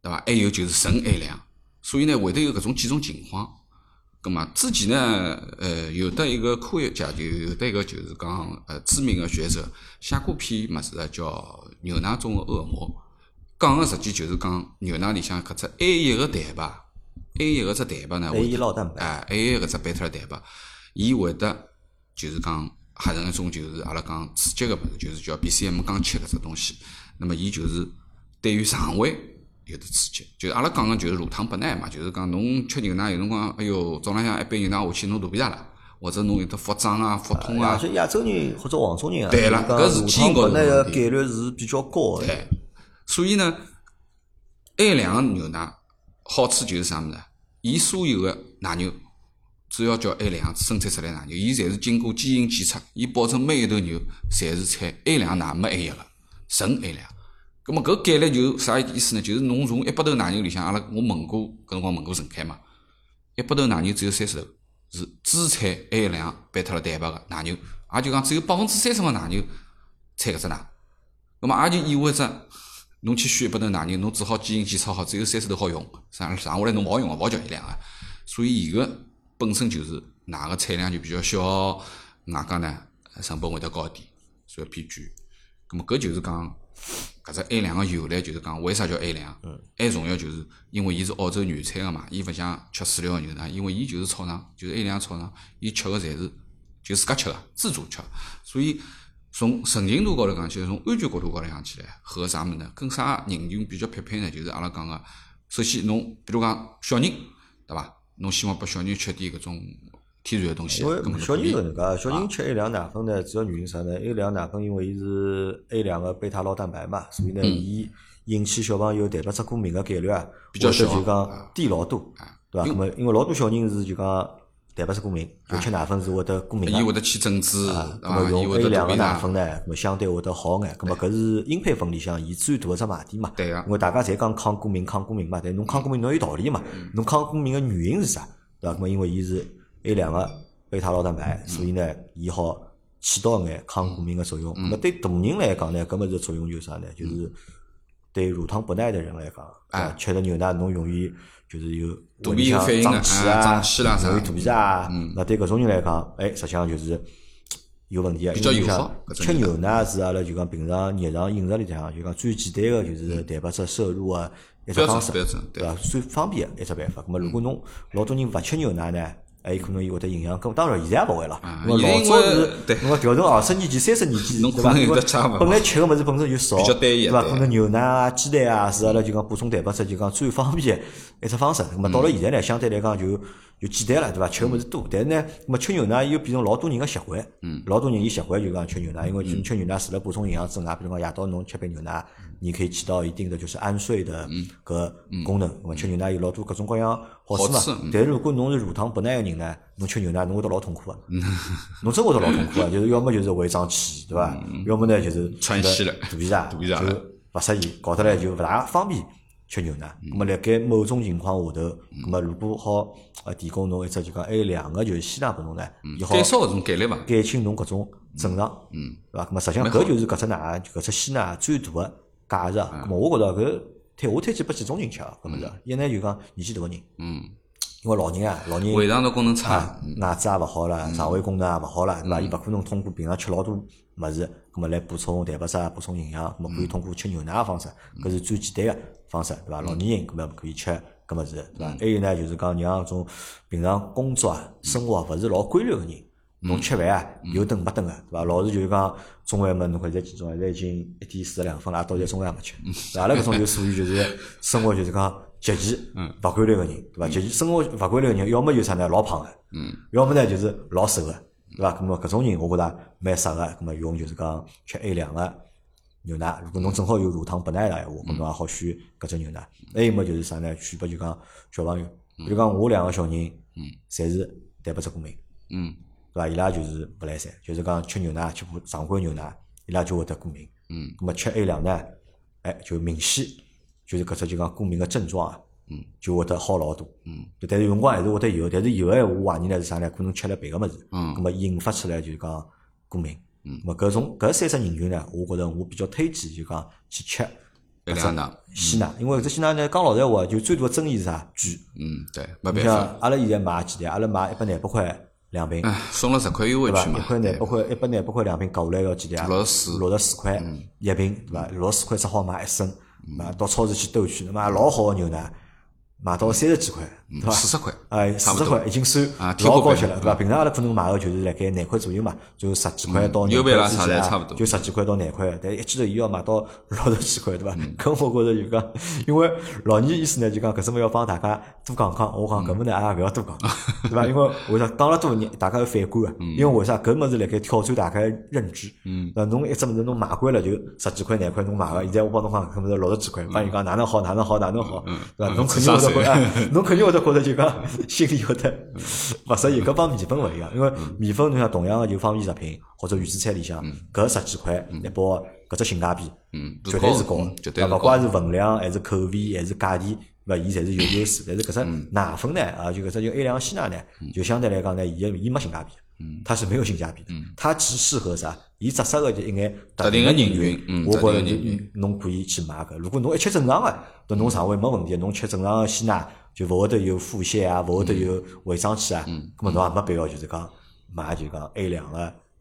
Speaker 1: 对伐？还有就是纯 A 两，所以呢会得有搿种几种情况。葛末之前呢，呃，有得一个科学家，就有得一个就是讲呃知名个学者写过篇物事啊，叫《牛奶中个恶魔》，讲个实际就是讲牛奶里向搿只 A 一个蛋白，A 一个只蛋白呢，
Speaker 2: ，A
Speaker 1: 会
Speaker 2: 一酪蛋白，
Speaker 1: 哎 A 一搿只 beta 蛋白，伊会得就是讲合成一种就是阿拉讲刺激个物事，就是叫 BCM 钢七搿只东西。那么伊就是对于肠胃有得刺激，就是阿拉讲个就是乳糖不耐嘛，就是讲侬吃牛奶有辰光，哎哟，早浪向一杯牛奶下去侬肚皮大了，或者侬有得腹胀啊、腹痛啊
Speaker 2: 而，且亚洲人或者黄种人啊，
Speaker 1: 对了
Speaker 2: 就
Speaker 1: 搿
Speaker 2: 是
Speaker 1: 是
Speaker 2: 讲
Speaker 1: 基因
Speaker 2: 乳糖
Speaker 1: 高头
Speaker 2: 本来
Speaker 1: 的
Speaker 2: 个
Speaker 1: 问
Speaker 2: 概
Speaker 1: 题
Speaker 2: 率是比较高的。
Speaker 1: 对，所以呢，A 两个牛奶好处就是啥物事？伊所有个奶牛，只要叫 A 两生产出来的奶牛，伊侪是经过基因检测，伊保证每一头牛侪是产 A 两奶，没 A 一个，纯 A 两。咁么搿概率就啥意思呢？就是侬从一百头奶牛里向，阿拉我问过，搿辰光问过陈凯嘛，一百头奶牛只有三十头是只产 A 两贝特勒蛋白个奶牛，也就讲只有百分之三十个奶牛产搿只奶。那么也就意味着，侬去选一百头奶牛，侬只好基因检测好，只有三十头好用，剩剩下来侬勿好用个，勿好叫伊量个。所以伊个本身就是奶个产量就比较小，外加呢成本会得高一点，所以偏贵。那么搿就是讲，搿只 A 两个由来就是讲，为啥叫 A 两？A
Speaker 2: 嗯
Speaker 1: 重要就是因为伊是澳洲原产个嘛，伊勿像吃饲料个牛奶，因为伊就是草场，就是 A 两草场，伊吃个侪是就自家吃个，自主吃。所以从纯净度高头讲起来，从安全角度高头讲起来，和啥物事呢？跟啥人群比较匹配呢？就是阿拉讲个，首先侬比如讲小人，对伐？侬希望拨小人吃点搿种天然个东西，啊
Speaker 2: 因为
Speaker 1: 根本就
Speaker 2: 小
Speaker 1: 不
Speaker 2: 人
Speaker 1: 利
Speaker 2: 搿能介，
Speaker 1: 啊
Speaker 2: 小啊人吃 A 两奶粉呢，主要原因啥呢？A 两奶粉因为伊是 A 两个贝塔酪蛋白嘛，所以呢，
Speaker 1: 嗯
Speaker 2: 伊引起小朋友蛋白质过敏个概率啊，
Speaker 1: 比较
Speaker 2: 或者
Speaker 1: 小啊
Speaker 2: 就讲低老多，对伐？那么因为老多小人是就讲蛋白质过敏，就吃奶粉是会得过敏
Speaker 1: 伊
Speaker 2: 个。
Speaker 1: 会得起疹子，
Speaker 2: 啊，
Speaker 1: 对
Speaker 2: 那么
Speaker 1: 伐？伊
Speaker 2: 用
Speaker 1: 会
Speaker 2: A
Speaker 1: 得
Speaker 2: 两
Speaker 1: 肚
Speaker 2: 个
Speaker 1: 皮
Speaker 2: 奶
Speaker 1: 大。
Speaker 2: 粉呢，那么相对会得好眼。那么搿是婴配粉里向伊最大个只卖点嘛。
Speaker 1: 对个啊
Speaker 2: 因为大家侪讲抗过敏，抗过敏嘛，但侬抗过敏侬有道理嘛，
Speaker 1: 嗯
Speaker 2: 侬抗过敏个原因是啥？对伐？那么因为伊是 A 两个贝塔酪蛋白，
Speaker 1: 嗯
Speaker 2: 所以呢，伊好起到眼抗过敏个作用。
Speaker 1: 嗯
Speaker 2: 那么对大人来讲呢，搿么子作用就是啥呢？就是对乳糖不耐的人来讲，
Speaker 1: 哎
Speaker 2: 啊，吃了牛奶侬容易就是有
Speaker 1: 肚
Speaker 2: 胃
Speaker 1: 皮
Speaker 2: 里
Speaker 1: 有
Speaker 2: 向
Speaker 1: 反应
Speaker 2: 胀
Speaker 1: 啊
Speaker 2: 气
Speaker 1: 啊
Speaker 2: 啊，
Speaker 1: 胀气啦啥嗯
Speaker 2: 容易肚皮啊，那对搿种人来讲，哎，实际上就是有问题啊。
Speaker 1: 比较
Speaker 2: 因为
Speaker 1: 友
Speaker 2: 你想
Speaker 1: 好搿种
Speaker 2: 吃
Speaker 1: 人
Speaker 2: 牛奶是阿拉啊就讲平常日常饮食里向就讲最简单个
Speaker 1: 嗯
Speaker 2: 就是蛋白质摄入个一
Speaker 1: 标
Speaker 2: 只
Speaker 1: 准
Speaker 2: 方式，
Speaker 1: 标准对嗯
Speaker 2: 伐？最方便个一只办法。咁么如果侬老多人勿吃牛奶呢？哎，有可能伊会得影响，咁当然现在也勿会了
Speaker 1: 啊。
Speaker 2: 因为老
Speaker 1: 现在
Speaker 2: 早
Speaker 1: 因为
Speaker 2: 是
Speaker 1: 对，
Speaker 2: 侬要调整二十年前、三十年前，
Speaker 1: 侬
Speaker 2: 对
Speaker 1: 可
Speaker 2: 伐？
Speaker 1: 能有
Speaker 2: 因为
Speaker 1: 得差勿
Speaker 2: 本来吃个物事本身就少，
Speaker 1: 比较单一
Speaker 2: 对伐？
Speaker 1: 对
Speaker 2: 可能牛奶啊、鸡蛋啊，是阿拉就讲补充蛋白质就讲最方便的一只方
Speaker 1: 嗯
Speaker 2: 式。那么到了现在呢，相对来讲就就简单了，对伐？吃个物事
Speaker 1: 嗯
Speaker 2: 多，但是呢，那么吃牛奶又变成老多人个习惯。嗯，老多人伊习惯就讲吃牛奶，因为
Speaker 1: 嗯
Speaker 2: 吃吃牛奶除了补充营养之外，比如讲夜到侬吃杯牛奶，你可以起到一定的就是安睡的
Speaker 1: 嗯
Speaker 2: 搿功能。那么吃牛奶有老多各种各样好处
Speaker 1: 好嗯处
Speaker 2: 嘛。但是如果侬是乳糖不耐个人呢，侬吃牛奶侬会得老痛苦个，
Speaker 1: 嗯
Speaker 2: 侬真会得老痛苦个，就是要么就是胃胀气，对伐？要么呢就是
Speaker 1: 窜稀嗯了
Speaker 2: 肚皮大，
Speaker 1: 肚皮大了
Speaker 2: 就勿适宜，搞得来就勿大方便吃牛奶。咁么啊辣盖某种情况下头，咁啊么如果好呃提供侬一只就讲 A 两个就是鲜奶拨侬呢，伊好
Speaker 1: 减少搿种概率伐？
Speaker 2: 减轻侬搿种症状，嗯，对伐？咁么实际上搿就是搿只奶搿只鲜奶最大个价值啊。咁么我觉着搿推我推荐拨几种人吃啊，搿么子，一呢就讲年纪大个人，嗯，因为老人啊，老人
Speaker 1: 胃肠道功能差，
Speaker 2: 牙齿也勿好啦，肠胃功能也勿好啦，对伐？伊勿可能通过平常吃老多物事，咁么来补充蛋白质啊、补充营养，咁么可以通过吃牛奶个方式，搿是最简单个方式，对伐？老年人咁么可以吃搿物事，对伐？还有呢，就是讲让搿种平常工作啊、生活啊勿是老规律个人。侬吃饭啊，有顿没顿个，对伐？老是就是讲中饭嘛，侬看现在几钟啊，现在已经一点四十两分了，到现在中饭也没吃。对伐阿拉搿种就属于就是生活就是讲极其勿规律个人，对伐？极其生活勿规律个人，要么就是啥呢，老胖个，要么呢就是老瘦个，对伐？咁么搿种人，我觉着蛮适合个。咁么用就是讲吃 A 两个牛奶，如果侬正好有乳糖不耐个闲话，咁侬也好选搿只牛奶。还有么就是啥呢？选拨就讲小朋友，比如讲我两个小人，侪是蛋白质过敏。
Speaker 1: 嗯，
Speaker 2: 对伐？伊拉就是勿来三，就是讲吃牛奶，吃普常规牛奶，伊拉就会得过敏。
Speaker 1: 嗯，
Speaker 2: 那么吃 A 两呢，哎，就明显就是搿只就讲过敏个症状啊，嗯，就会得好老多。嗯，但是有辰光还是会得有，但是有个闲话，怀疑呢是啥呢？可能吃了别个物事，
Speaker 1: 嗯
Speaker 2: 那么引发起来就是讲过敏。嗯，那么搿种搿三只人群呢，我觉着我比较推荐就讲去吃
Speaker 1: 一两嗯呢，
Speaker 2: 鲜奶，因为搿只鲜奶呢，讲老实闲话，就最大的争议是啥？贵。
Speaker 1: 嗯，对，没
Speaker 2: 你
Speaker 1: 办法，
Speaker 2: 像阿拉现在买几钿？阿拉买一百廿八块两瓶。
Speaker 1: 哎，送了十块优惠
Speaker 2: 对伐？
Speaker 1: 券
Speaker 2: 一
Speaker 1: 嘛，
Speaker 2: 块廿八块，一百廿八块两瓶，搞下来要几钿啊？
Speaker 1: 六十四嗯
Speaker 2: 六十四块一瓶，对伐？六十四块只好买一升那到超市去兜一圈，那么老好个牛奶买到三十几块，对伐？
Speaker 1: 四十块，
Speaker 2: 哎，
Speaker 1: 差
Speaker 2: 四
Speaker 1: 不
Speaker 2: 十
Speaker 1: 多
Speaker 2: 块已经算
Speaker 1: 啊天
Speaker 2: 老
Speaker 1: 价
Speaker 2: 高
Speaker 1: 版
Speaker 2: 级了，对伐？平常阿拉可能买个就是辣盖廿块左右嘛，就十几块到
Speaker 1: 牛
Speaker 2: 廿
Speaker 1: 排啦
Speaker 2: 块之
Speaker 1: 啥
Speaker 2: 间
Speaker 1: 的
Speaker 2: 啊
Speaker 1: 差不多
Speaker 2: 就十几块到廿块，啊但一记头伊要买 (laughs) 到六十几块，对伐？
Speaker 1: 嗯
Speaker 2: 搿我觉着就讲，因为老年意思呢就讲，搿只么要帮大家多讲讲，啊我
Speaker 1: 嗯
Speaker 2: 讲搿么呢，阿拉勿要多
Speaker 1: (laughs)
Speaker 2: 讲，对伐？因为为啥讲了多，人大家有反感个，
Speaker 1: 嗯
Speaker 2: 因为为啥搿么子辣盖挑战大家的认知，嗯，那侬一只么子侬买惯了就十几块廿块侬买个，现在我帮侬讲搿么子六十几块，帮人讲哪能好哪能好哪能好，
Speaker 1: 嗯
Speaker 2: 对伐？侬肯定会得哎觉着， (laughs) 侬肯定会得觉着就讲 (laughs) 心里会得勿适意。搿帮米粉勿一样，因为
Speaker 1: 嗯
Speaker 2: 米粉侬像同样个就方便食品或者预制菜里向，搿十几块一包搿只性价比，
Speaker 1: 嗯
Speaker 2: 绝对
Speaker 1: 是
Speaker 2: 是
Speaker 1: 高
Speaker 2: 高
Speaker 1: 的
Speaker 2: 的，
Speaker 1: 绝对是
Speaker 2: 勿
Speaker 1: 高
Speaker 2: 管是分量还是口味还是价钿，对伐？伊侪是有优势。但是搿
Speaker 1: 嗯
Speaker 2: 只奶粉呢，啊，就搿只就 A 两希奶呢，就相对来讲呢，伊个伊没性价比，
Speaker 1: 嗯
Speaker 2: 它是没有性价比的，它只适合啥？伊只适合就一眼
Speaker 1: 特
Speaker 2: 特
Speaker 1: 定
Speaker 2: 定
Speaker 1: 的人
Speaker 2: 个人
Speaker 1: 群嗯
Speaker 2: 我
Speaker 1: 特定
Speaker 2: 觉
Speaker 1: 的
Speaker 2: 着
Speaker 1: 人群
Speaker 2: 就侬可以去买搿。如果侬一吃正常个，对侬肠胃没问题，侬吃正常个鲜奶就勿会得有腹泻啊，勿会得有胃胀气啊，
Speaker 1: 嗯
Speaker 2: 咁么侬也没必要就是讲买就是讲 A 两个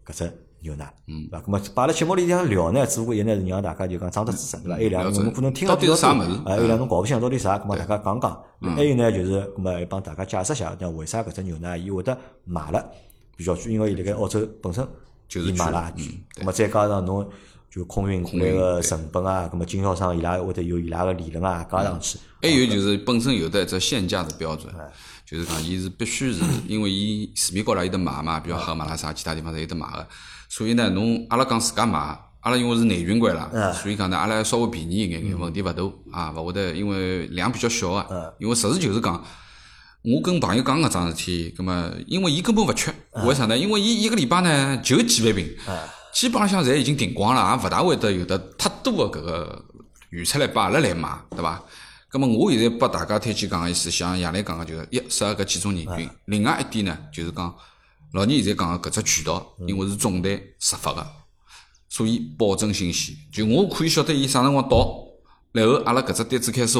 Speaker 2: 搿只牛奶，
Speaker 1: 嗯
Speaker 2: 对伐？咁么摆辣节目里向聊呢，只不过也呢是让大家就讲长得知识，对伐？A
Speaker 1: 嗯
Speaker 2: 两
Speaker 1: 了解
Speaker 2: 侬可能听
Speaker 1: 到
Speaker 2: 了
Speaker 1: 底
Speaker 2: 比
Speaker 1: 是
Speaker 2: 较
Speaker 1: 啥
Speaker 2: 多
Speaker 1: 物事，
Speaker 2: 哎，A 两侬搞勿清到底啥，咁么大家讲讲。
Speaker 1: 嗯
Speaker 2: 还有呢就是，咁么也帮大家解释一下，讲为啥搿只牛奶伊会得买了比较贵，因为伊辣盖澳洲本身
Speaker 1: 就是
Speaker 2: 伊
Speaker 1: 贵
Speaker 2: 买了也贵，咁么啊再加上侬就空运过来
Speaker 1: 运
Speaker 2: 个成本啊，咁么经销商伊拉会得有伊拉个利润啊加上去，
Speaker 1: 还有就是本身有的一只限价的标准，就是讲伊是必须是，因为伊市面高头有得买嘛，比如盒马啦啥，其他地方侪有得买个。所以呢，侬阿拉讲自家买，阿拉因为是内循环
Speaker 2: 嗯
Speaker 1: 啦，所以讲呢，阿拉稍微便宜一眼眼，问题勿大啊，勿会得因为量比较小
Speaker 2: 嗯
Speaker 1: 个，因为实事求是讲。我跟朋友讲搿桩事体，葛么，因为伊根本勿缺，为啥呢？因为伊一个礼拜呢就几万瓶，基本浪向侪已经订光了，也勿大会得有得太多个搿个预出来拨阿拉来买，对伐？葛么我现在拨大家推荐讲个意思，像杨澜讲个就是一适合搿几种人群，另外一点呢就是讲老年现在讲个搿只渠道，因为是总台执法个，所以保证新鲜。就我可以晓得伊啥辰光到，然后阿拉搿只单子开始下，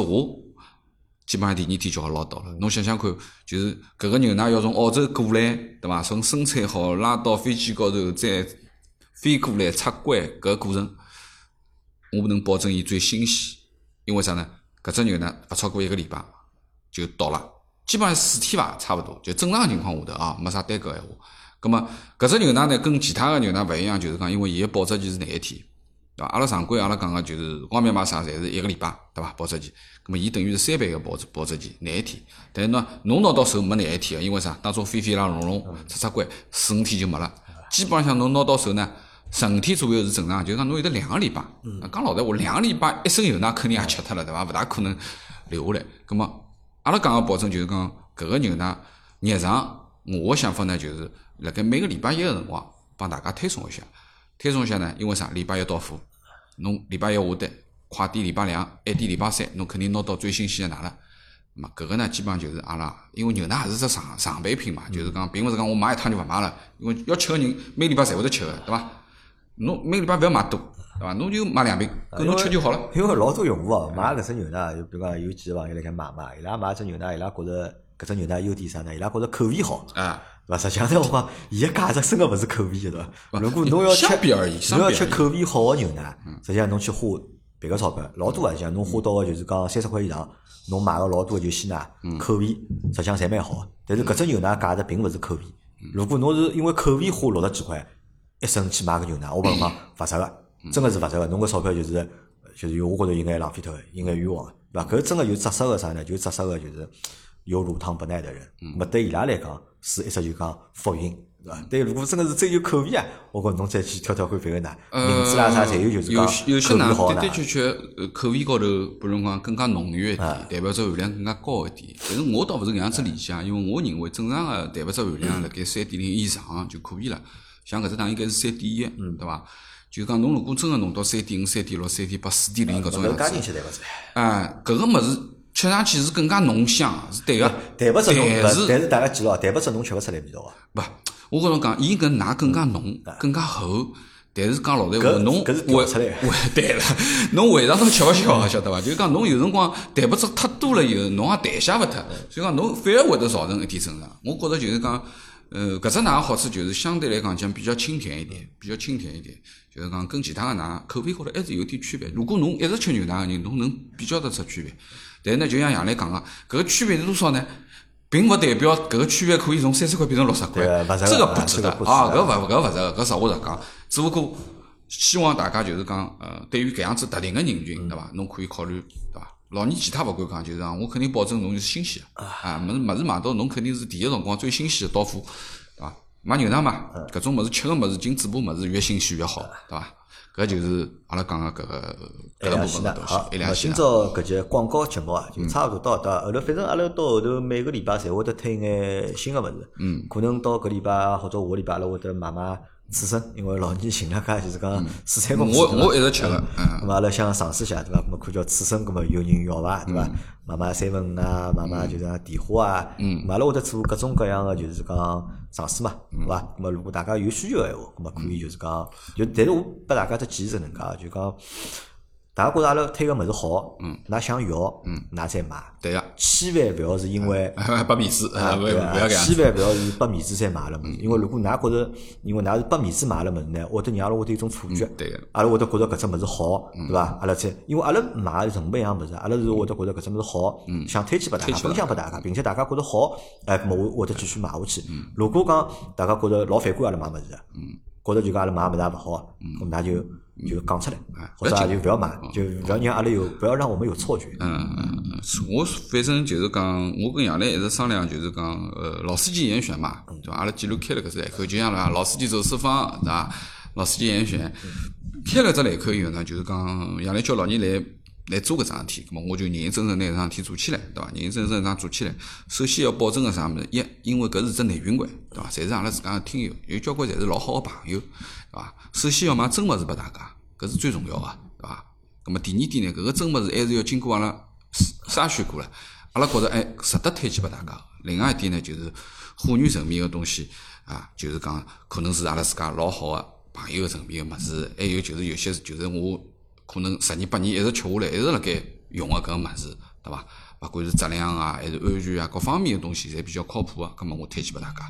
Speaker 1: 基本上第二天就好捞到了。侬想想看，就是搿个牛奶要从澳洲过来，对伐？从生产好拉到飞机高头，再飞过来出关，搿个过程，我不能保证伊最新鲜，因为啥呢？搿只牛奶勿超过一个礼拜就到了，基本上四天伐，差勿多。就正常情况下头啊，没啥单个闲话。葛么搿只牛奶呢，跟其他个牛奶勿一样，就是讲因为伊个保质期是廿一天。对伐？阿拉常规阿拉讲个就是外面买啥，侪是一个礼拜，对伐？保质期，咁么伊等于是三倍个保质保质期，廿一天。但是呢，侬拿到手没廿一天个，因为啥？当中飞飞啦、龙龙、出出关，四五天就没了。基本上侬拿到手呢，十五天左右是正常，就是讲侬有得两个礼拜。啊讲老实话，两个礼拜一升油奶肯定也吃脱了，对伐？勿大可能留下来。咁么阿拉讲个保证就是讲搿个牛奶日常，我个想法呢就是辣盖每个礼拜一个辰光帮大家推送一下，推送一下呢，因为啥？礼拜一到货，侬礼拜一下单，快点礼拜两，晚点礼拜三，侬肯定拿到最新鲜个奶了。那么搿个呢，基本上就是阿拉，因为牛奶也是只常常备品嘛，就是
Speaker 2: 嗯
Speaker 1: 讲，并勿是讲我买一趟就勿买了，因为要吃个人每礼拜侪会得吃个，对伐？侬每礼拜勿要买多，对伐？侬就买两瓶，够侬吃就好了。
Speaker 2: 啊因为老多用户哦，买搿只牛奶，就比如讲有几个朋友辣盖买嘛，伊拉买只牛奶，伊拉觉着搿只牛奶优点啥呢？伊拉觉着口味好，
Speaker 1: 啊，
Speaker 2: 对伐？实际上来讲，伊个价值真个勿是口味的，对伐？如果侬要吃
Speaker 1: 相，比而已，相
Speaker 2: 侬
Speaker 1: 比
Speaker 2: 要
Speaker 1: 而已
Speaker 2: 吃口味好个牛奶，实际上侬去花别个钞票，老多啊，像侬花到个就是讲三十块以上，侬买个老多个就鲜奶，口味实际上侪蛮好个。但是搿只牛奶价值并勿是口味。如果侬是因为口味花六十几块一升去买个牛奶，我帮侬讲勿值个，真个是勿值个。侬搿钞票就是就是有我觉着有眼浪费脱个，有眼冤枉个，对伐？搿真个有折射个啥呢？就折射个就是有乳糖不耐的人，那么对伊拉来讲是一只就讲福音。对伐？但如果真个是追求口味啊，我觉着侬再去挑挑看别个奶，名字啦啥侪有，就是
Speaker 1: 有
Speaker 2: 讲
Speaker 1: 呃些有些
Speaker 2: 口味
Speaker 1: 奶
Speaker 2: 好
Speaker 1: 的
Speaker 2: 的
Speaker 1: 的
Speaker 2: 奶。
Speaker 1: 确确，呃口味高头，比如讲更加浓郁一
Speaker 2: 啊
Speaker 1: 点，蛋白质含量更加高一点。但是我倒勿是搿样子理解，啊，因为我认为正常个蛋白质含量辣盖三点零以上就可以了。像搿只糖应该是三点一，
Speaker 2: 嗯
Speaker 1: 对伐？就讲侬如果真个弄到三点五、三点六、三点八、四点零搿种样
Speaker 2: 搿加
Speaker 1: 子
Speaker 2: 进，去对勿是？
Speaker 1: 哎，搿个物事吃上去是更加浓香，是对个。
Speaker 2: 蛋白质侬
Speaker 1: 但是
Speaker 2: 勿，但是大家记牢，蛋白质侬吃勿出来味道啊。
Speaker 1: 不，我跟侬讲，伊搿奶更加浓，更加厚。但是讲老实话，
Speaker 2: 嗯哎搿
Speaker 1: 侬
Speaker 2: 搿是
Speaker 1: 胃
Speaker 2: 调出来的嗯
Speaker 1: 胃 (laughs) 对了，侬胃肠道吃勿消啊，晓得伐？就是讲侬有辰光蛋白质
Speaker 2: 嗯
Speaker 1: 太多了以后，侬也代谢勿脱，所以讲侬反而会得造成一点症状。我觉着就是讲，呃，搿只奶好处就是相对来讲讲比较清甜一
Speaker 2: 嗯
Speaker 1: 点，比较清甜一点，就是讲跟其他个奶口味高头还是有点区别。如果侬一直吃牛奶个人，侬能比较得出区别。但是呢，就像杨澜讲个，搿个区别是多少呢？并勿代表搿个区别可以从三十块变成六十块
Speaker 2: 对勿，值
Speaker 1: 这个
Speaker 2: 得
Speaker 1: 不
Speaker 2: 啊
Speaker 1: 值
Speaker 2: 这
Speaker 1: 得
Speaker 2: 个不值
Speaker 1: 啊！
Speaker 2: 得
Speaker 1: 搿勿搿勿值得，搿实话实讲。只不过希望大家就是讲，呃，对于搿样子特定个人
Speaker 2: 嗯
Speaker 1: 群，对伐？侬可以考虑，对伐？老年其他勿敢讲，就是讲，我肯定保证侬是新鲜的啊，物事物事买到侬肯定是第一辰光最新鲜的到货，对伐？买牛奶嘛，
Speaker 2: 嗯
Speaker 1: 搿种物事吃个物事，进嘴巴物事越新鲜越好，对伐？搿就是阿拉讲个搿个搿个
Speaker 2: 一两
Speaker 1: 部
Speaker 2: 期
Speaker 1: 分
Speaker 2: 呢
Speaker 1: 个，东西
Speaker 2: 好，，
Speaker 1: 一
Speaker 2: 那
Speaker 1: 两
Speaker 2: 么
Speaker 1: 期
Speaker 2: 今
Speaker 1: 呢。
Speaker 2: 朝搿节广告节目啊，就差勿多到搿搭。后头反正阿拉到后头每个礼拜侪会得推眼新个物事，嗯，可能到搿礼拜或者下个礼拜阿拉会得买买刺身，因为老年寻了家就是讲四川公司，
Speaker 1: 我
Speaker 2: 对伐
Speaker 1: 我一直吃个，嗯
Speaker 2: 咁。么阿拉想尝试一下，对伐？咁么啊看叫刺身，咁么有人要伐？对伐？买买三文鱼啊，买买就是讲蹄花啊，嗯，阿拉会得做各种各样个就是讲尝试嘛，对伐？咁么啊如果大家有需求个闲话，咁么啊可以就是讲，就但是我拨大家只建议是能介个，就讲大家觉着阿拉推个物事好，嗯，㑚想要，嗯，㑚再买，
Speaker 1: 对 (laughs) 个、
Speaker 2: 千万勿要是因为。
Speaker 1: 拨面子，
Speaker 2: 啊
Speaker 1: 呃，勿
Speaker 2: 对
Speaker 1: 要
Speaker 2: 啊
Speaker 1: 勿要搿样
Speaker 2: 千
Speaker 1: 子。
Speaker 2: 万勿要是拨面子才买了物事，因为如果㑚觉着，因为㑚是拨面子买了物事呢，会得让阿拉会得有种错觉，
Speaker 1: 对个，
Speaker 2: 阿拉会得觉着搿只物事好，
Speaker 1: 嗯
Speaker 2: 对伐？阿拉再，因为阿拉买任何一样物事，阿拉是会得觉着搿只物事好，想推荐拨大
Speaker 1: 嗯推
Speaker 2: 家，
Speaker 1: 荐拨
Speaker 2: 分享拨大家，并且大家觉着好，哎，咾么我会得继续买下去。
Speaker 1: 嗯
Speaker 2: 如果讲大家觉着老反感阿拉买物事的，觉着就讲阿拉买物事也勿好，
Speaker 1: 嗯
Speaker 2: 咾㑚就就讲出来，
Speaker 1: 哎
Speaker 2: 或者也就勿要买，就勿要让阿拉有，不要让我们有错觉。
Speaker 1: 嗯，是我反正就是讲，我跟杨澜一直商量，就是讲，呃，老司机严选嘛，对伐？阿拉记录开了搿只类口，就像啦， (laughs) 老司机走四方，对伐？老司机严选开了只类口以后呢，就是讲杨澜叫老倪来来做搿桩事体，那么我就认认真真拿搿桩事体做起来，对伐？认认真真搿桩做起来，首先要保证个啥物事？一，因为搿是只内循环，对伐？侪是阿拉自家个听友，有交关侪是老好个朋友，对伐？首先要买真物事拨大家，搿是最重要个，对伐？咁么第二点呢，搿个真物事还是要经过阿拉筛选过了，阿拉觉着哎值得推荐拨大家。另外一点呢，就是货源层面个东西啊，就是讲可能是阿拉自家老好个朋友个层面个物事，还有就是有些是就是我可能十年八年一直吃下来，一直辣盖用个搿个物事，对伐？勿管是质量啊，还是安全啊，各方面个东西侪比较靠谱个，咁么我推荐拨大家，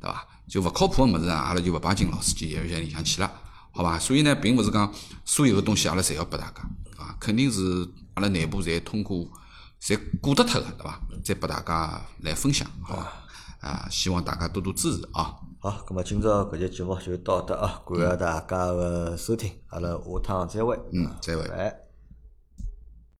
Speaker 1: 对伐？就勿靠谱个物事啊，阿拉就勿摆进老司机研究里向去了。好吧？所以呢，并勿是讲所有个东西阿拉侪要拨大家，啊，肯定是阿拉内部侪通过侪顾得脱个，对伐？再拨大家来分享，好伐？啊，希望大家多多支持啊！
Speaker 2: 好，咁么今朝搿节节目就到搿搭啊，感谢大家个收听，阿拉下趟再会。
Speaker 1: 嗯，再会。
Speaker 2: 拜拜。